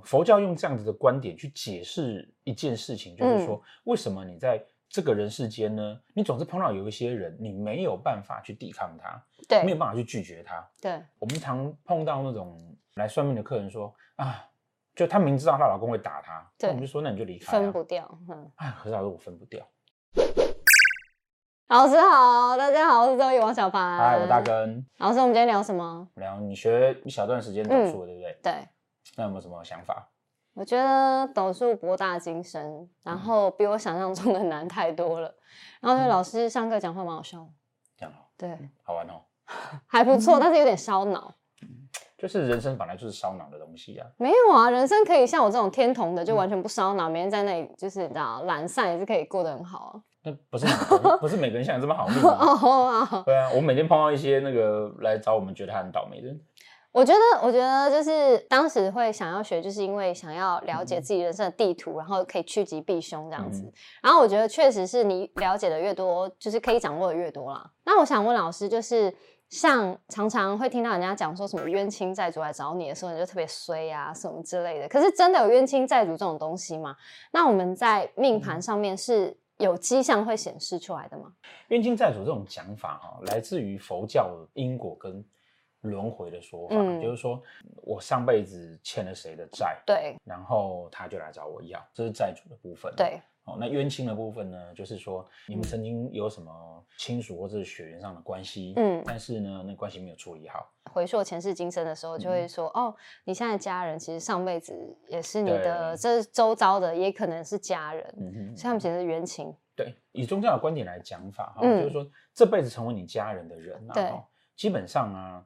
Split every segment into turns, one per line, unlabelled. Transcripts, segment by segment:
佛教用这样子的观点去解释一件事情，就是
嗯
说，为什么你在这个人世间呢，你总是碰到有一些人，你没有办法去抵抗他，没有
对
办法去拒绝他。
对，
我们常碰到那种来算命的客人说啊，就她明知道她老公会打她，那
对
我们就说那你就离开、
分
啊。
不掉。嗯，
啊，可是他说我分不掉。
老师好，大家好，我是周易王小凡。
嗨，哎我大。根，
老师，我们今天聊什么？
然后你学一小段时间导数，对不对？
对，
那有没有什么想法？
我觉得斗数博大精深，然后比我想象中的难太多了。然后对
嗯
老师上课讲话蛮好笑的，
这样哦，
对，
好玩哦。
还不错，但是有点烧脑。
就是人生本来就是烧脑的东西啊。
没有啊，人生可以像我这种天童
嗯
的，就完全不烧脑，每天在那里就是你知道懒散也是可以过得很好
那不是每个人不是每个人像你这么好命
啊。
啊。
哦啊，
对啊，我每天碰到一些那个来找我们，觉得他很倒霉的人。
我觉得，我觉得就是当时会想要学，就是因为想要了解自己人生的地图，然后可以趋吉避凶这样子。然后我觉得确实是你了解的越多，就是可以掌握的越多啦。那我想问老师，就是像常常会听到人家讲说什么冤亲债主来找你的时候，你就特别衰啊什么之类的。可是真的有冤亲债主这种东西吗？那我们在命盘上面是有迹象会显示出来的吗？
冤亲债主这种讲法哈、来自于佛教因果跟轮回的说法，
嗯
就是说我上辈子欠了谁的债，
对
然后他就来找我要，这是债主的部分。，
对，
哦，那冤亲的部分呢，就是说你们曾经有什么亲属或者是血缘上的关系，
嗯
但是呢，那关系没有处理好，
回溯前世今生的时候，
嗯
就会说、哦，你现在家人其实上辈子也是你
对
的，这是周遭的也可能是家人，
嗯哼
所以他们其实是冤情。
对，以宗教的观点来讲法哈、
嗯
就是说这辈子成为你家人的人啊，
对
哈基本上啊，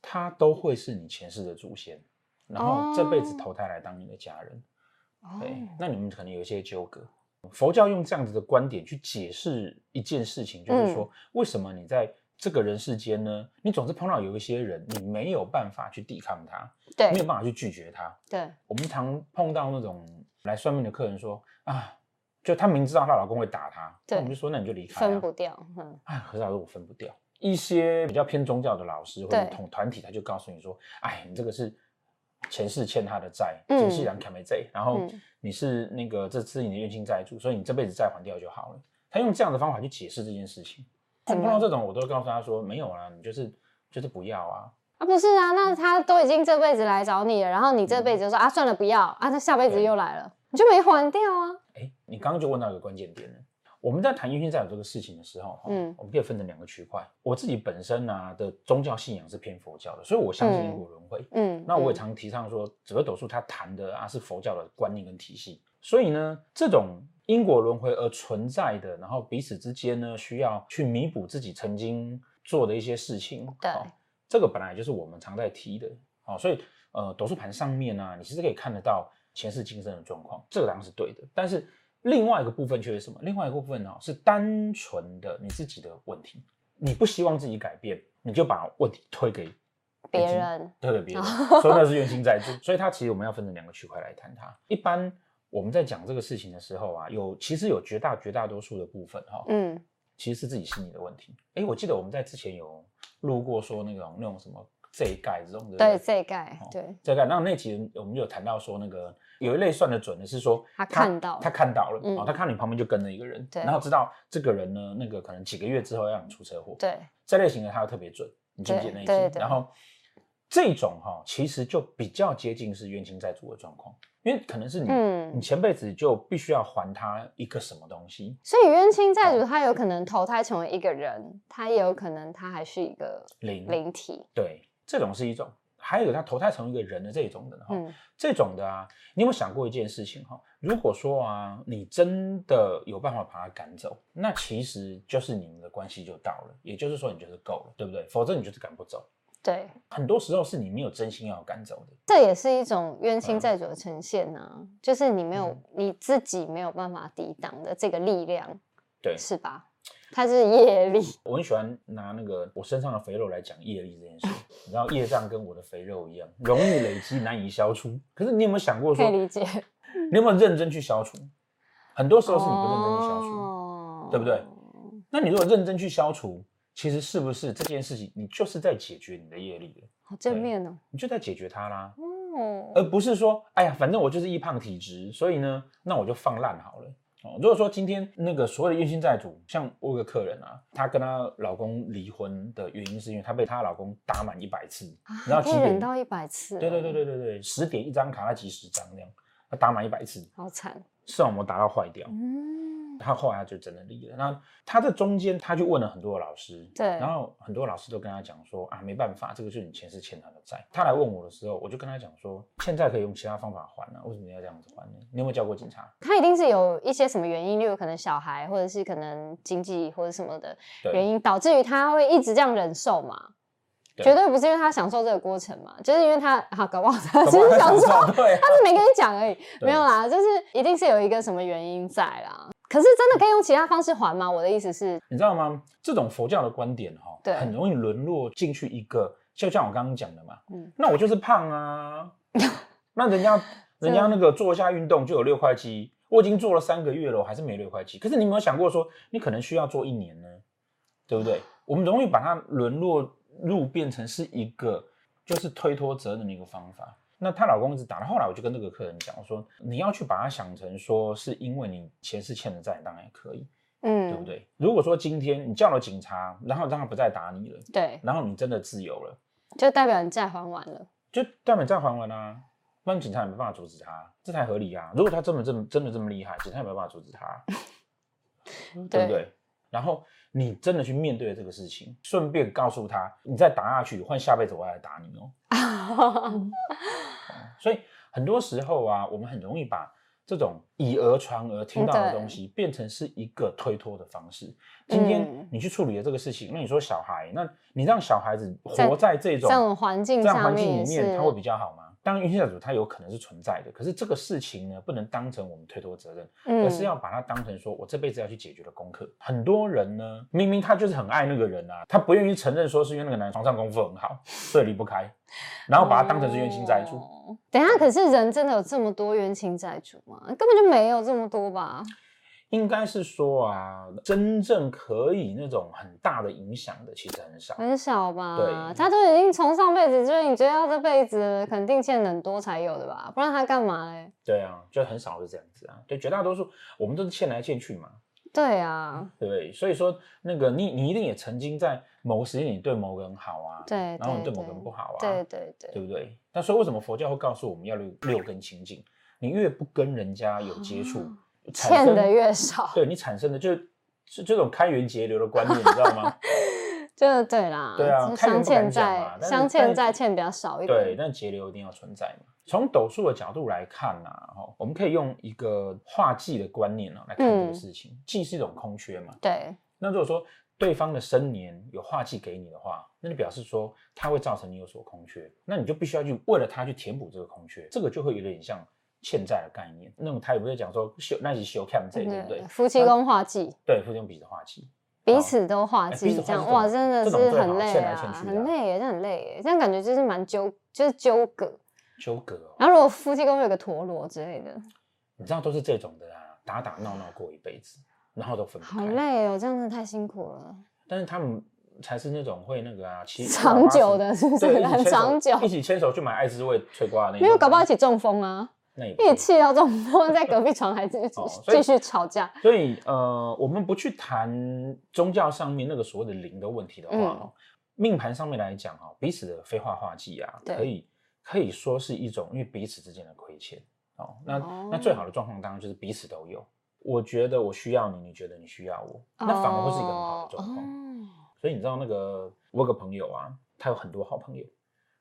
他都会是你前世的祖先，然后这辈子
哦
投胎来当你的家人。
哦
对，那你们可能有一些纠葛。佛教用这样子的观点去解释一件事情，
嗯
就是说、为什么你在这个人世间呢，你总是碰到有一些人，你没有办法去抵抗他，没有
对
办法去拒绝他。
对
我们常碰到那种来算命的客人说啊，就她明知道她老公会打她，那
对
我们就说那你就离开、啊。
分不掉，嗯，
哎，可是老师我分不掉。一些比较偏宗教的老师或者
对
统团体，他就告诉你说，哎，你这个是前世欠他的债，
嗯
前世两砍没债，然后
嗯
你是那个这次你的冤亲债主，所以你这辈子债还掉就好了。他用这样的方法去解释这件事情。
怎么
碰到这种，我都会告诉他说，没有啊，你就是就是不要啊。
啊不是啊，那他都已经这辈子来找你了，然后你这辈子就说、啊算了不要啊，他下辈
嗯
子
对
又来了，你就没还掉啊，
哎，你刚刚就问到一个关键点了。我们在谈冤亲债主这个事情的时候，嗯
嗯，
我们可以分成两个区块。我自己本身呢、的宗教信仰是偏佛教的，所以我相信因
嗯
果轮回。
嗯，
那我也
嗯
常提倡说，紫微斗数它谈的啊是佛教的观念跟体系，所以呢，这种因果轮回而存在的，然后彼此之间呢需要去弥补自己曾经做的一些事情，
对
这个本来就是我们常在提的，哦，所以呃，斗数盘上面呢、你其实可以看得到前世今生的状况，这个当然是对的，但是。另外一个部分却是什么？另外一个部分呢、是单纯的你自己的问题，你不希望自己改变，你就把问题推给
别
已经
人
特别别人，
哦
所以那是冤亲债主。 所以它其实我们要分成两个区块来谈它。一般我们在讲这个事情的时候啊，有其实有绝大绝大多数的部分哈、
嗯
其实是自己心里的问题。哎，我记得我们在之前有录过说那种那种什么这一盖这种的，
对这一盖
哦
对
这一盖。那那集我们就有谈到说那个有一类算得准的是说
他看到
他看到了、
嗯
哦，他看你旁边就跟着一个人，
对
然后知道这个人呢，那个可能几个月之后要你出车祸，
对
这类型的它特别准，你记不记得那
对
一
对
集？
对
然后这种哈、其实就比较接近是冤亲债主的状况，因为可能是你、
嗯
你前辈子就必须要还他一个什么东西，
所以冤亲债主他有可能投胎成为一个人，他也有可能他还是一个
零
灵体，
对，这种是一种，还有他投胎成一个人的这种的哈、
嗯
这种的啊，你有没有想过一件事情哈、如果说啊，你真的有办法把他赶走，那其实就是你们的关系就到了，也就是说你就是够了，对不对？否则你就是赶不走。
对，
很多时候是你没有真心要赶走的，
这也是一种冤
嗯
亲债主的呈现呐、就是你没有、
嗯
你自己没有办法抵挡的这个力量，
对。
是吧？它是业力，
我很喜欢拿那个我身上的肥肉来讲业力这件事。你知道业障跟我的肥肉一样，容易累积，难以消除。可是你有没有想过
可
说，
以理
你
解。
有没有认真去消除？很多时候是你不认真去消除。
哦
对不对？那你如果认真去消除，其实是不是这件事情，你就是在解决你的业力了？
好
对
正面哦。
你就在解决它啦。
哦，
而不是说，哎呀，反正我就是易胖体质，所以呢，那我就放烂好了。哦，如果说今天那个所谓的冤亲债主，像我有个客人啊，她跟她老公离婚的原因是因为她被她老公打满一百次，然
啊，
后几
可以忍
点？
到一百次哦，
对对对对对对，十点一张卡，她集十张那样，她打满一百次，
好惨，
视网膜打到坏掉。
嗯，
他后来他就真的离了。那他这中间，他就问了很多的老师，
对
然后很多老师都跟他讲说啊，没办法，这个就是你前世欠他的债。他来问我的时候，我就跟他讲说，欠债可以用其他方法还啊，为什么要这样子还呢？你有没有叫过警察？
他一定是有一些什么原因，例如可能小孩，或者是可能经济或者什么的
对
原因，导致于他会一直这样忍受嘛。
对
绝对不是因为他享受这个过程嘛，就是因为他啊，搞不好他只
搞不
是
好
享
他
受，
想说对啊
他是没跟你讲而已，
对
没有啦，就是一定是有一个什么原因在啦。可是真的可以用其他方式还吗？我的意思是，
你知道吗？这种佛教的观点哈、
对
很容易沦落进去一个，就像我刚刚讲的嘛，
嗯
那我就是胖 啊，那人家人家那个做一下运动就有六块肌，我已经做了三个月了，我还是没六块肌。可是你有没有想过说，你可能需要做一年呢，对不对？我们容易把它沦落入变成是一个就是推脱责任的一个方法。那她老公一直打，后来我就跟这个客人讲，我说你要去把它想成说是因为你前世欠的债，当然也可以。
嗯，
对不？对？如果说今天你叫了警察，然后让他不再打你了，
对，
然后你真的自由了，
就代表你债还完了。
就代表你再还完啊，不然警察也没办法阻止他，这才合理啊。如果他真的这么真的这么厉害，警察也没办法阻止他，对不对？然后你真的去面对这个事情，顺便告诉他，你再打下去，换下辈子我要来打你哦。所以很多时候啊，我们很容易把这种以讹传讹听到的
嗯对
东西，变成是一个推脱的方式。今天
嗯
你去处理了这个事情，那你说小孩，那你让小孩子
在
活在这种
这种环境
这样
下
环境
面也
里面，
是
他会比较好吗？当然，云霄主他有可能是存在的，可是这个事情呢，不能当成我们推脱责任，而
嗯，
是要把它当成说我这辈子要去解决的功课。很多人呢，明明他就是很爱那个人啊，他不愿意承认说是因为那个男人床上功夫很好，所以离不开，然后把他当成是冤亲债主。
哦等一下，可是人真的有这么多冤亲债主吗？根本就没有这么多吧？
应该是说啊，真正可以那种很大的影响的其实很少。
很少吧？
对
他都已经从上辈子就是你觉得要这辈子了肯定欠很多才有的吧？不然他干嘛嘞？
对啊，就很少是这样子啊。对，绝大多数我们都是欠来欠去嘛，
对啊，
对不对？所以说那个你你一定也曾经在某个时间你对某个人好啊，
对
然后你
对
对某个
对
人不好啊，
对对对，
对不对？那所以为什么佛教会告诉我们要六六根清净？你越不跟人家有接触，产
哦欠
生
的越少，
对你产生的就是是这种开源节流的观念，你知道吗？
就对啦。
对啊
就是
看人
相
不敢
欠
讲嘛
债，
但是
相
但
欠
是
债欠比较少一点。
对，但节流一定要存在嘛。从斗数的角度来看呐、啊，哦，我们可以用一个化忌的观念啊呢、来看这
嗯
个事情。忌、是一种空缺嘛，
对
那如果说对方的生年有化忌给你的话，那就表示说它会造成你有所空缺，那你就必须要去为了它去填补这个空缺，这个就会有点像欠债的概念。那种他也不会讲说修那是修 cam 这对不对？
夫妻宫化忌，
对，附近彼此化忌，
彼
好
此都化
哎
忌
彼，此
这
化
样
忌
哇，
这种
真的
这种
是
最
很
好
累
欠来
啊，
欠去的
很
啊
累耶，这样很累耶，这样感觉就是蛮纠，就是纠葛。
纠葛、哦，
然后如果夫妻宫有个陀螺之类的，
嗯你知道都是这种的啊，打打闹闹过一辈子，然后都分不
好
开。
累哦，这样真的太辛苦了。
但是他们才是那种会那个啊，其
长久的是不是
对，一起
很
牵手
长久
一起牵手去买爱滋味翠瓜的那种，
没有，搞不好一起中风啊，
那也不
一
错
起气到中风，在隔壁床还继续
哦所以
继续吵架。
所以呃，我们不去谈宗教上面那个所谓的灵的问题的话，
嗯
哦，命盘上面来讲哈、哦，彼此的非化化忌啊，
对
可以可以说是一种因为彼此之间的亏欠哦。那
哦
那最好的状况当然就是彼此都有。我觉得我需要你，你觉得你需要我，那反而会是一个很好的状况。
哦
所以你知道那个我有个朋友啊，他有很多好朋友，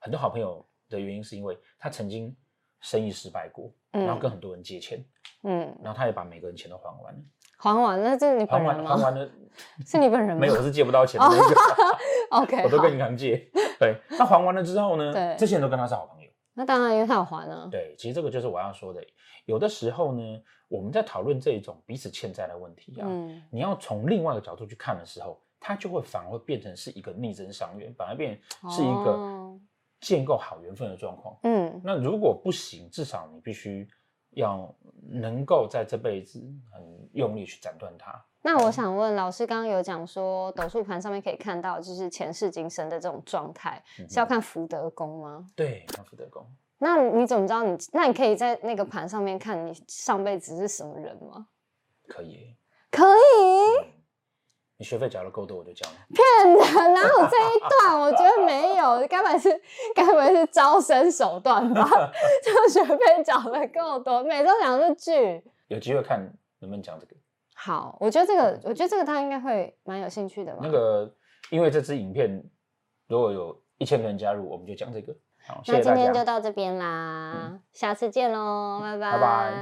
很多好朋友的原因是因为他曾经生意失败过，然后
嗯
跟很多人借钱，
嗯，
然后他也把每个人钱都还完了，
还完了，这是你
还
本人
完还
吗？
完了，
是你本人吗？哦
没有，我是借不到钱的那个，
OK，
我都跟
好
银行借。对，那还完了之后呢
对，
这些人都跟他是好朋友。
那当然，因为他有还啊。
对，其实这个就是我要说的，有的时候呢，我们在讨论这种彼此欠债的问题啊，
嗯，
你要从另外一个角度去看的时候，它就会反而会变成是一个逆增伤缘，反而变成是一
哦
个建构好缘分的状况。
嗯，
那如果不行，至少你必须要能够在这辈子很用力去斩断它。嗯
那我想问老师，刚刚有讲说斗数盘上面可以看到，就是前世今生的这种状态，
嗯哼
是要看福德宫吗？
对，看福德宫，
那你怎么知道你？那你可以在那个盘上面看你上辈子是什么人吗？
可以。
可以？
嗯你学费缴的够多，我就教你。
骗人！哪有这一段？我觉得没有，该不会是该不会是招生手段吧？ 就学费缴的够多，每周讲这句。
有机会看能不能讲这个。
好，我觉得这个，我觉得这个他应该会蛮有兴趣的吧。
嗯那个，因为这支影片如果有一千个人加入，我们就讲这个。好，谢
那
谢
今
大
天就
家。
到这边啦，下次见喽，拜拜。
拜拜